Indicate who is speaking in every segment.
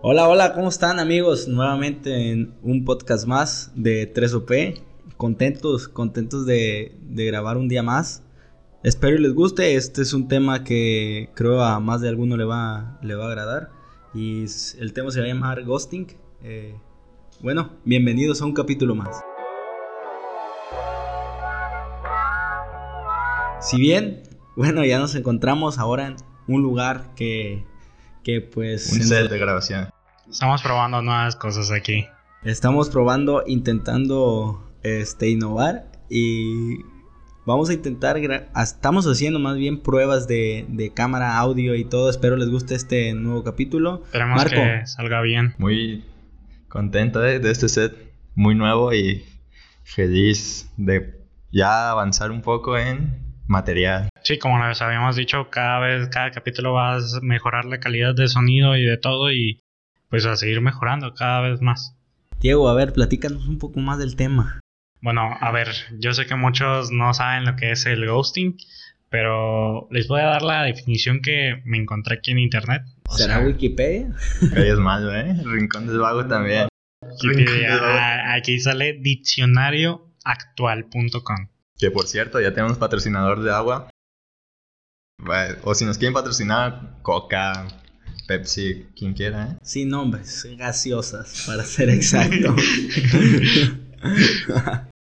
Speaker 1: Hola, hola, ¿cómo están amigos? Nuevamente en un podcast más de 3OP. Contentos, contentos de, de grabar un día más. Espero y les guste. Este es un tema que creo a más de alguno le va, le va a agradar. Y s- el tema se va a llamar Ghosting. Eh, bueno, bienvenidos a un capítulo más. Si bien, bueno, ya nos encontramos ahora en un lugar que, que pues...
Speaker 2: Un
Speaker 1: se
Speaker 2: set de grabación.
Speaker 3: Estamos probando nuevas cosas aquí.
Speaker 1: Estamos probando, intentando este, innovar y vamos a intentar, gra- ah, estamos haciendo más bien pruebas de, de cámara, audio y todo. Espero les guste este nuevo capítulo.
Speaker 3: Esperemos
Speaker 1: Marco.
Speaker 3: que salga bien.
Speaker 2: Muy contento eh, de este set, muy nuevo y feliz de ya avanzar un poco en material.
Speaker 3: Sí, como les habíamos dicho, cada vez, cada capítulo vas a mejorar la calidad de sonido y de todo y pues a seguir mejorando cada vez más.
Speaker 1: Diego, a ver, platícanos un poco más del tema.
Speaker 3: Bueno, a ver, yo sé que muchos no saben lo que es el ghosting, pero les voy a dar la definición que me encontré aquí en internet. O
Speaker 1: ¿Será
Speaker 3: sea,
Speaker 1: Wikipedia?
Speaker 2: Ahí es malo, ¿eh? Rincón del Vago también.
Speaker 3: Wikipedia. Ah, aquí sale diccionarioactual.com.
Speaker 2: Que por cierto, ya tenemos patrocinador de agua. Bueno, O si nos quieren patrocinar, Coca, Pepsi, quien quiera, ¿eh?
Speaker 1: Sin nombres, gaseosas, para ser exacto.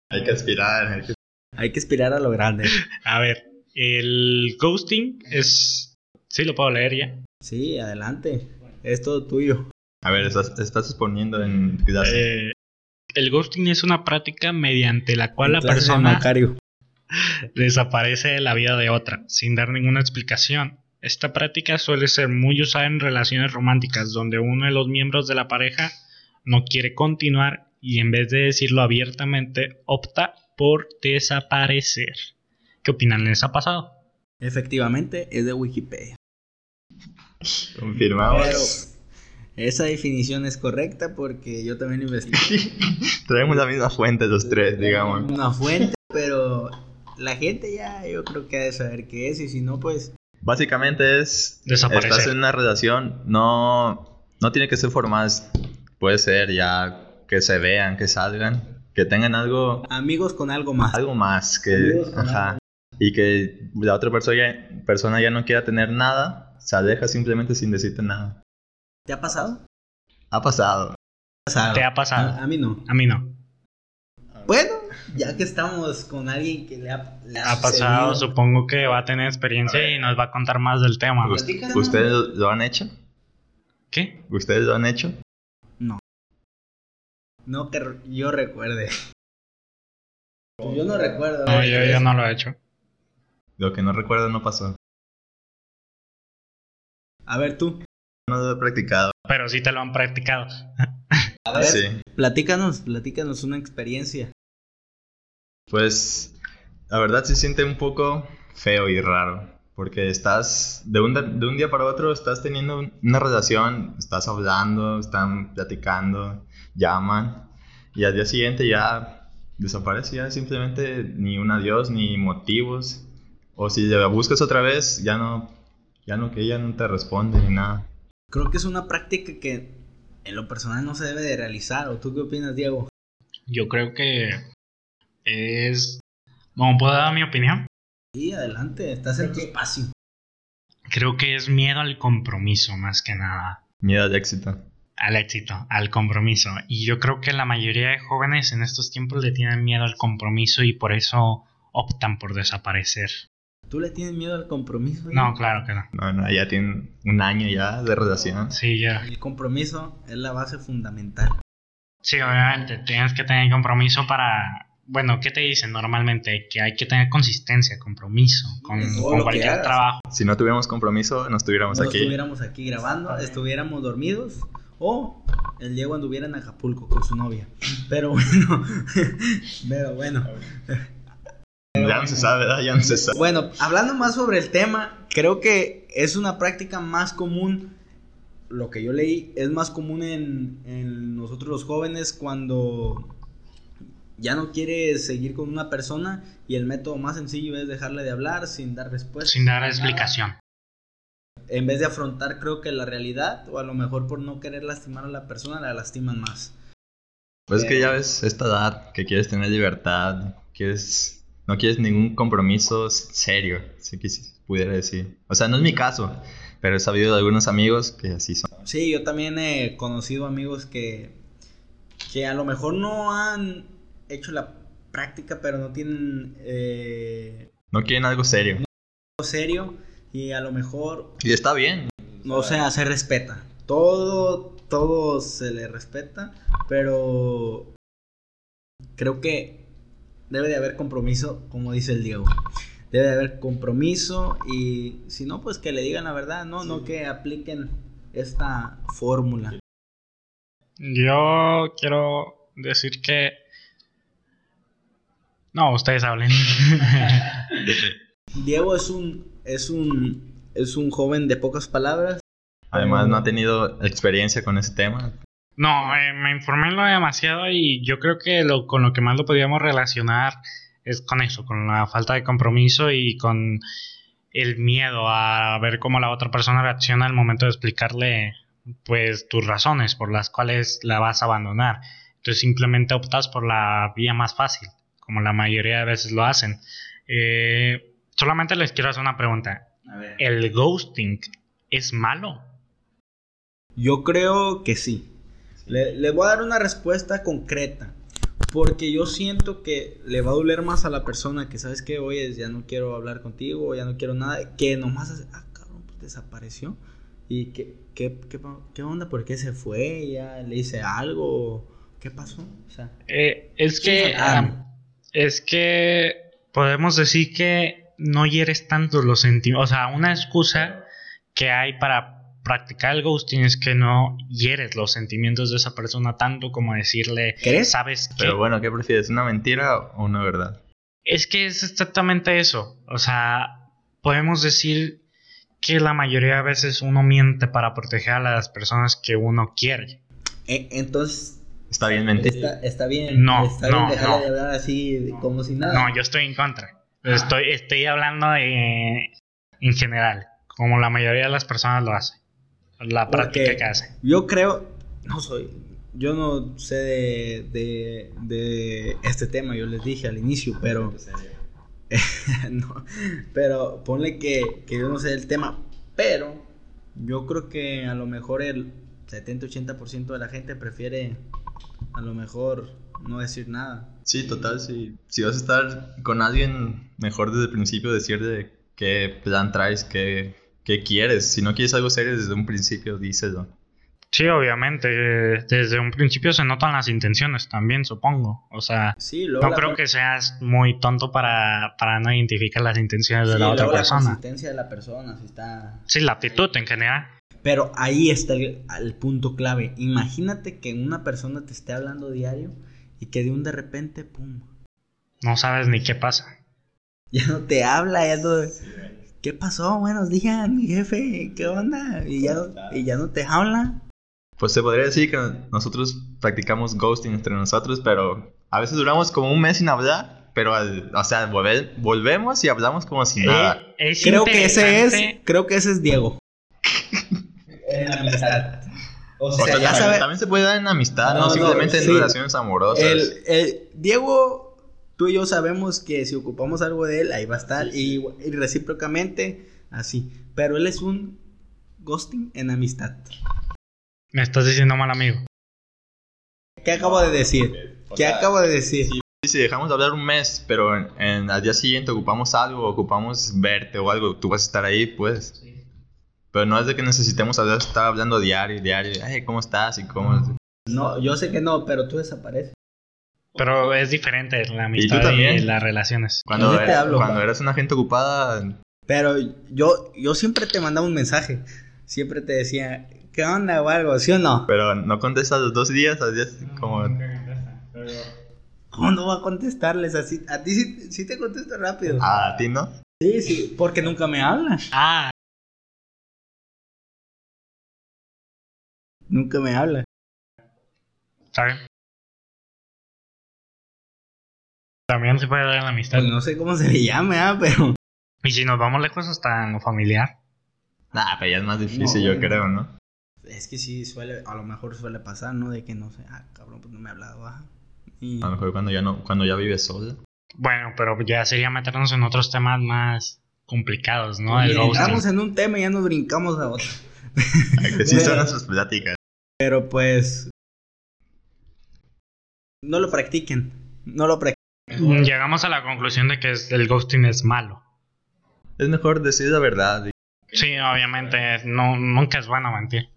Speaker 2: Hay que aspirar. hay que-
Speaker 1: Hay que aspirar a lo grande.
Speaker 3: A ver, el ghosting es... Sí, lo puedo leer ya.
Speaker 1: Sí, adelante. Es todo tuyo.
Speaker 2: A ver, estás, estás exponiendo en clase.
Speaker 3: Eh, el ghosting es una práctica mediante la cual la
Speaker 1: Clase de
Speaker 3: persona
Speaker 1: Macario.
Speaker 3: desaparece de la vida de otra, sin dar ninguna explicación. Esta práctica suele ser muy usada en relaciones románticas, donde uno de los miembros de la pareja no quiere continuar y en vez de decirlo abiertamente, opta por desaparecer. ¿Qué opinan? ¿Les ha pasado?
Speaker 1: Efectivamente, es de Wikipedia. Pero
Speaker 2: Confirmamos.
Speaker 1: esa definición es correcta porque yo también investigué
Speaker 2: Traemos la misma fuente los tres, digamos.
Speaker 1: una fuente, pero la gente ya yo creo que ha de saber qué es y si no, pues
Speaker 2: Básicamente es.
Speaker 3: Desaparecer.
Speaker 2: Estás en una relación, no, no tiene que ser formal. Puede ser ya que se vean, que salgan, que tengan algo,
Speaker 1: amigos con algo más.
Speaker 2: algo más. Que,
Speaker 1: Amigos con
Speaker 2: ajá, y que la otra persona ya, persona ya no quiera tener nada, se aleja simplemente sin decirte nada.
Speaker 1: ¿Te ha pasado?
Speaker 2: Ha pasado.
Speaker 1: Pasado.
Speaker 3: ¿Te ha pasado?
Speaker 1: A, a mí no.
Speaker 3: A mí no.
Speaker 1: Bueno, ya que estamos con alguien que le ha, le
Speaker 3: Ha pasado,
Speaker 1: sucedido,
Speaker 3: supongo que va a tener experiencia y nos va a contar más del tema.
Speaker 2: Ust- ¿Ustedes lo han hecho?
Speaker 3: ¿Qué?
Speaker 2: ¿Ustedes lo han hecho?
Speaker 1: No que re- yo recuerde. Pues Yo no recuerdo.
Speaker 3: No, yo, yo no lo he hecho.
Speaker 2: Lo que no recuerdo no pasó.
Speaker 1: A ver tú,
Speaker 2: No lo he practicado.
Speaker 3: Pero sí te lo han practicado. Ah,
Speaker 1: A ver.
Speaker 2: Sí.
Speaker 1: platícanos, platícanos una experiencia.
Speaker 2: Pues la verdad se siente un poco feo y raro, porque estás de un, de un día para otro, estás teniendo un- una relación, estás hablando, están platicando, llaman, y al día siguiente ya desaparece, ya simplemente ni un adiós, ni motivos, o si la buscas otra vez, ya no, ya no que ella no te responde ni nada.
Speaker 1: Creo que es una práctica que en lo personal no se debe de realizar. ¿O tú qué opinas, Diego?
Speaker 3: Yo creo que es... Bueno, ¿puedo dar mi opinión?
Speaker 1: Sí, adelante, estás en tu espacio.
Speaker 3: Creo que es miedo al compromiso más que nada.
Speaker 2: Miedo al éxito.
Speaker 3: Al éxito, al compromiso. Y yo creo que la mayoría de jóvenes en estos tiempos le tienen miedo al compromiso y por eso optan por desaparecer.
Speaker 1: ¿Tú le tienes miedo al compromiso? güey?
Speaker 3: No, claro que no.
Speaker 2: No, no, ya tienen un año ya de relación.
Speaker 3: Sí, ya.
Speaker 1: El compromiso es la base fundamental.
Speaker 3: Sí, obviamente, tienes que tener compromiso para... Bueno, ¿qué te dicen normalmente? Que hay que tener consistencia, compromiso con,
Speaker 1: En todo
Speaker 3: con
Speaker 1: lo que
Speaker 3: cualquier
Speaker 1: hagas.
Speaker 3: trabajo.
Speaker 2: Si no tuviéramos compromiso, no estuviéramos
Speaker 1: no
Speaker 2: aquí.
Speaker 1: estuviéramos aquí grabando, estuviéramos dormidos o el Diego anduviera en Acapulco con su novia. Pero bueno, pero bueno.
Speaker 2: Ya no se sabe, ¿verdad? Ya no se sabe.
Speaker 1: Bueno, hablando más sobre el tema, creo que es una práctica más común. Lo que yo leí es más común en, en nosotros los jóvenes cuando ya no quieres seguir con una persona y el método más sencillo es dejarle de hablar sin dar respuesta.
Speaker 3: Sin dar explicación.
Speaker 1: en vez de afrontar creo que la realidad o a lo mejor por no querer lastimar a la persona la lastiman más.
Speaker 2: Pues es que ya ves esta edad que quieres tener libertad, quieres no quieres ningún compromiso serio, si quis- pudiera decir. O sea, no es mi caso, pero he sabido de algunos amigos que así son.
Speaker 1: Sí, yo también he conocido amigos que, que a lo mejor no han hecho la práctica, pero no tienen eh,
Speaker 2: No quieren algo serio.
Speaker 1: algo serio y a lo mejor,
Speaker 2: Y está bien.
Speaker 1: o sea, se respeta. Todo, todo se le respeta, pero creo que debe de haber compromiso, como dice el Diego. Debe de haber compromiso y si no, pues que le digan la verdad, no, no que apliquen esta fórmula.
Speaker 3: Yo quiero decir que... No, ustedes hablen.
Speaker 1: Diego es un es un es un joven de pocas palabras.
Speaker 2: Además no ha tenido experiencia con ese tema.
Speaker 3: No, eh, me informé en lo demasiado y yo creo que lo, con lo que más lo podíamos relacionar es con eso, con la falta de compromiso y con el miedo a ver cómo la otra persona reacciona al momento de explicarle pues tus razones por las cuales la vas a abandonar. Entonces simplemente optas por la vía más fácil, como la mayoría de veces lo hacen. Eh, solamente les quiero hacer una pregunta.
Speaker 1: A ver.
Speaker 3: ¿El ghosting es malo?
Speaker 1: Yo creo que sí. Le, le voy a dar una respuesta concreta. Porque yo siento que le va a doler más a la persona que sabes que, oye, ya no quiero hablar contigo, ya no quiero nada, que nomás, hace, ah, cabrón, pues desapareció. ¿Y qué, qué, qué, pa- qué onda? ¿Por qué se fue? ¿Ya le hice algo? ¿Qué pasó? O sea,
Speaker 3: Eh, es que
Speaker 1: Sí, claro.
Speaker 3: ah, es que podemos decir que no hieres tanto los sentimientos. O sea, una excusa que hay para practicar el ghosting es que no hieres los sentimientos de esa persona tanto como decirle,
Speaker 1: ¿crees?
Speaker 3: ¿sabes qué?
Speaker 2: Pero bueno, ¿qué prefieres? ¿Una mentira o una verdad?
Speaker 3: Es que es exactamente eso. O sea, podemos decir que la mayoría de veces uno miente para proteger a las personas que uno quiere.
Speaker 1: E- entonces,
Speaker 2: Está bien mentir.
Speaker 1: Está, está bien.
Speaker 3: No,
Speaker 1: está
Speaker 3: no,
Speaker 1: bien dejarle
Speaker 3: no.
Speaker 1: de hablar así de- como si nada.
Speaker 3: No, yo estoy en contra.
Speaker 1: Ah.
Speaker 3: Estoy, estoy hablando de, en general, como la mayoría de las personas lo hacen. La práctica
Speaker 1: Porque-
Speaker 3: que hacen.
Speaker 1: Yo creo, no soy, yo no sé de, de, de este tema, yo les dije al inicio, pero... no, pero ponle que, que yo no sé el tema, pero yo creo que a lo mejor el 70-80% de la gente prefiere a lo mejor no decir nada.
Speaker 2: Sí, total, sí. Si vas a estar con alguien, mejor desde el principio decirle qué plan traes, qué, qué quieres. Si no quieres algo serio desde un principio, díselo.
Speaker 3: Sí, obviamente. eh, Desde un principio se notan las intenciones también, supongo. O sea,
Speaker 1: Sí, luego
Speaker 3: no
Speaker 1: la
Speaker 3: creo
Speaker 1: con-
Speaker 3: que seas muy tonto para, para no identificar las intenciones de
Speaker 1: sí,
Speaker 3: la otra
Speaker 1: luego la
Speaker 3: persona.
Speaker 1: consistencia de la persona, si está...
Speaker 3: Sí, la actitud en general.
Speaker 1: Pero ahí está el, al punto clave. Imagínate que una persona te esté hablando diario y que de un de repente, pum,
Speaker 3: No sabes ni qué pasa.
Speaker 1: ya no te habla, ya no... ¿Qué pasó? Buenos días, mi jefe, ¿qué onda? Y ya, no- y ya no te habla.
Speaker 2: Pues se podría decir que nosotros practicamos ghosting entre nosotros, pero a veces duramos como un mes sin hablar, pero al- o sea, volve- volvemos y hablamos como si nada.
Speaker 3: Eh, es
Speaker 1: Creo que ese es,
Speaker 3: interesante-
Speaker 1: creo que ese es Diego.
Speaker 2: O
Speaker 1: sea, ya
Speaker 2: también,
Speaker 1: sabe-
Speaker 2: también se puede dar en amistad, no,
Speaker 1: No, no,
Speaker 2: simplemente en
Speaker 1: sí.
Speaker 2: relaciones amorosas.
Speaker 1: El, el- Diego, tú y yo sabemos que si ocupamos algo de él, ahí va a estar. Y, y recíprocamente, así. Pero él es un ghosting en amistad.
Speaker 3: Me estás diciendo mal amigo.
Speaker 1: ¿Qué acabo de decir? ¿Qué acabo de decir?
Speaker 2: Sí, si dejamos de hablar un mes, pero en, en- al día siguiente ocupamos algo, ocupamos verte o algo, tú vas a estar ahí, pues. Pero no es de que necesitemos hablar, estar hablando diario, diario. Ay, ¿cómo estás? Y cómo...
Speaker 1: No, yo sé que no, pero tú desapareces.
Speaker 3: Pero es diferente la amistad y,
Speaker 2: también.
Speaker 3: las relaciones.
Speaker 2: Cuando,
Speaker 1: Yo sí te
Speaker 2: er-
Speaker 1: hablo,
Speaker 2: cuando
Speaker 1: pa.
Speaker 2: eras una gente ocupada,
Speaker 1: Pero yo, yo siempre te mandaba un mensaje. Siempre te decía, ¿qué onda o algo? ¿Sí o no?
Speaker 2: pero no contestas los dos días, al día- como...
Speaker 1: ¿Cómo no voy a contestarles así? A ti sí, sí te contesto rápido.
Speaker 2: "Ah, A ti, ¿no?
Speaker 1: Sí, sí, porque nunca me hablas.
Speaker 3: Ah,
Speaker 1: Nunca me hablas.
Speaker 3: está bien. También se puede dar en la amistad.
Speaker 1: Pues no sé cómo se le llame, ah, pero...
Speaker 3: Y si nos vamos lejos hasta en lo familiar.
Speaker 2: Nah, pero ya es más difícil,
Speaker 1: No,
Speaker 2: yo
Speaker 1: no.
Speaker 2: creo, ¿no?
Speaker 1: Es que sí suele, a lo mejor suele pasar, ¿no? De que no sé, ah, cabrón, pues no me ha hablado, baja. Y
Speaker 2: A
Speaker 3: Ah,
Speaker 2: lo mejor cuando ya, no, cuando ya vives sola.
Speaker 3: Bueno, pero ya sería meternos en otros temas más complicados, ¿no?
Speaker 1: y
Speaker 3: El
Speaker 1: entramos
Speaker 3: ghosting.
Speaker 1: en un tema y ya nos brincamos a otro.
Speaker 2: Ay, Que sí son nuestras pláticas.
Speaker 1: Pero pues. No lo practiquen. No lo practiquen.
Speaker 3: Llegamos a la conclusión de que es- el ghosting es malo.
Speaker 2: Es mejor decir la verdad. y-
Speaker 3: Sí, obviamente, no, nunca es bueno mentir.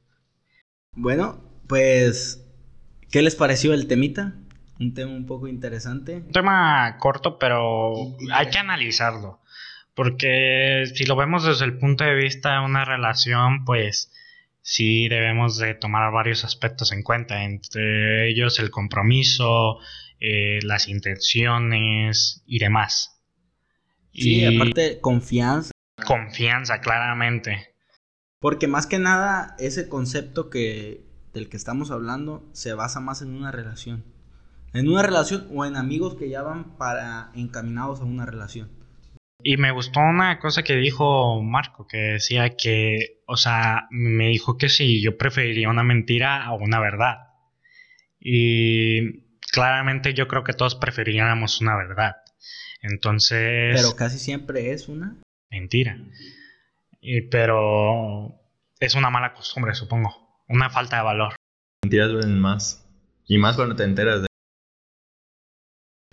Speaker 1: Bueno, pues. ¿Qué les pareció el temita? Un tema un poco interesante.
Speaker 3: Un tema corto, pero hay que analizarlo. Porque si lo vemos desde el punto de vista de una relación, pues sí debemos de tomar varios aspectos en cuenta, entre ellos el compromiso, eh, las intenciones y demás.
Speaker 1: Sí,
Speaker 3: y
Speaker 1: aparte, confianza.
Speaker 3: confianza, claramente.
Speaker 1: Porque más que nada, ese concepto que del que estamos hablando se basa más en una relación. En una relación o en amigos que ya van para encaminados a una relación.
Speaker 3: Y me gustó una cosa que dijo Marco, que decía que, o sea, me dijo que sí, yo preferiría una mentira a una verdad. Y claramente yo creo que todos preferiríamos una verdad. Entonces,
Speaker 1: Pero casi siempre es una.
Speaker 3: mentira. Y- pero es una mala costumbre, supongo. Una falta de valor.
Speaker 2: Mentiras duelen más. Y más cuando te enteras de.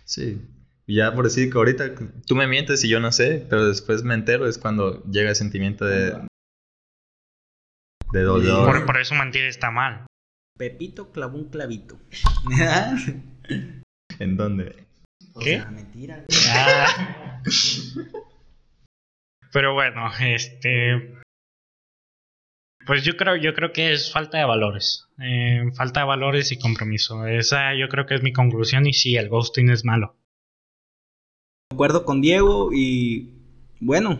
Speaker 2: Sí. Y Ya por decir que ahorita tú me mientes y yo no sé, pero después me entero es cuando llega el sentimiento de. de dolor.
Speaker 3: Por, por eso mentir está mal.
Speaker 1: Pepito clavó un clavito.
Speaker 2: ¿En dónde?
Speaker 1: O
Speaker 3: ¿Qué?
Speaker 1: sea, mentira.
Speaker 3: Ah. Pero bueno, este. Pues yo creo, yo creo que es falta de valores. eh, falta de valores y compromiso. Esa yo creo que es mi conclusión. Y sí, el ghosting es malo.
Speaker 1: acuerdo con Diego y bueno,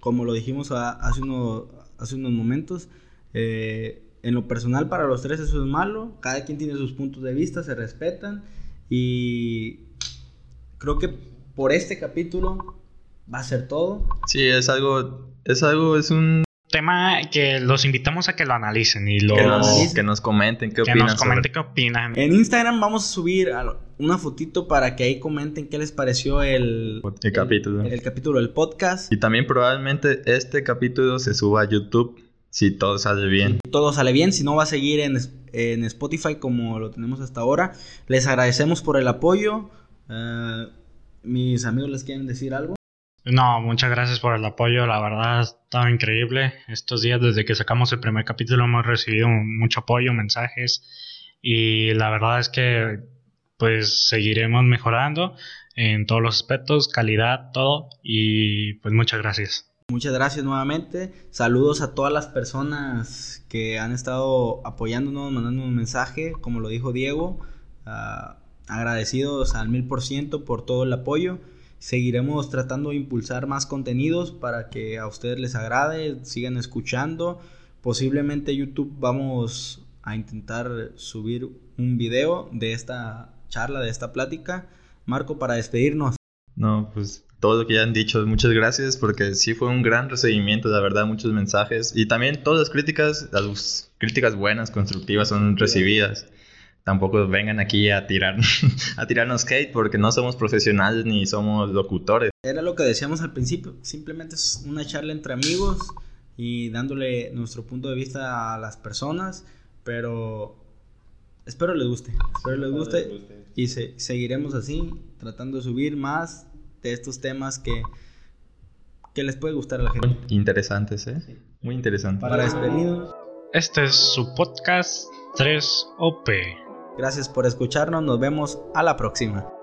Speaker 1: como lo dijimos a- hace, uno- hace unos momentos, eh, en lo personal para los tres eso es malo, cada quien tiene sus puntos de vista, se respetan y creo que por este capítulo va a ser todo.
Speaker 2: Sí, es algo. Es algo, es un.
Speaker 3: Tema que los invitamos a que lo analicen y lo
Speaker 2: Que nos,
Speaker 1: analicen.
Speaker 2: que nos comenten qué
Speaker 3: que nos
Speaker 2: opinan sobre
Speaker 3: comenten qué opinan.
Speaker 1: En Instagram vamos a subir a- una fotito para que ahí comenten qué les pareció el,
Speaker 2: el capítulo.
Speaker 1: el capítulo del podcast.
Speaker 2: Y también probablemente este capítulo se suba a YouTube si todo sale bien.
Speaker 1: todo sale bien, si no va a seguir en, es- en Spotify como lo tenemos hasta ahora. Les agradecemos por el apoyo. Eh, mis amigos les quieren decir algo.
Speaker 3: No, muchas gracias por el apoyo, la verdad ha estado increíble. Estos días desde que sacamos el primer capítulo hemos recibido mucho apoyo, mensajes y la verdad es que pues seguiremos mejorando en todos los aspectos, calidad, todo y pues muchas gracias.
Speaker 1: Muchas gracias nuevamente. Saludos a todas las personas que han estado apoyándonos, mandando un mensaje, como lo dijo Diego. Ah, agradecidos al mil por ciento por todo el apoyo. Seguiremos tratando de impulsar más contenidos para que a ustedes les agrade, sigan escuchando. Posiblemente YouTube vamos a intentar subir un video de esta charla, de esta plática. Marco, para despedirnos.
Speaker 2: No, pues todo lo que ya han dicho, muchas gracias porque sí fue un gran recibimiento, la verdad, muchos mensajes y también todas las críticas, las críticas buenas, constructivas son recibidas. Tampoco vengan aquí a tirar a tirarnos hate porque no somos profesionales ni somos locutores.
Speaker 1: Era lo que decíamos al principio, simplemente es una charla entre amigos y dándole nuestro punto de vista a las personas, pero espero les guste, espero les guste y se- seguiremos así, tratando de subir más de estos temas que, que les puede gustar a la gente.
Speaker 2: Interesantes, ¿eh? Muy interesantes.
Speaker 1: Para despedirnos,
Speaker 3: Este es su podcast 3OP.
Speaker 1: gracias por escucharnos, nos vemos a la próxima.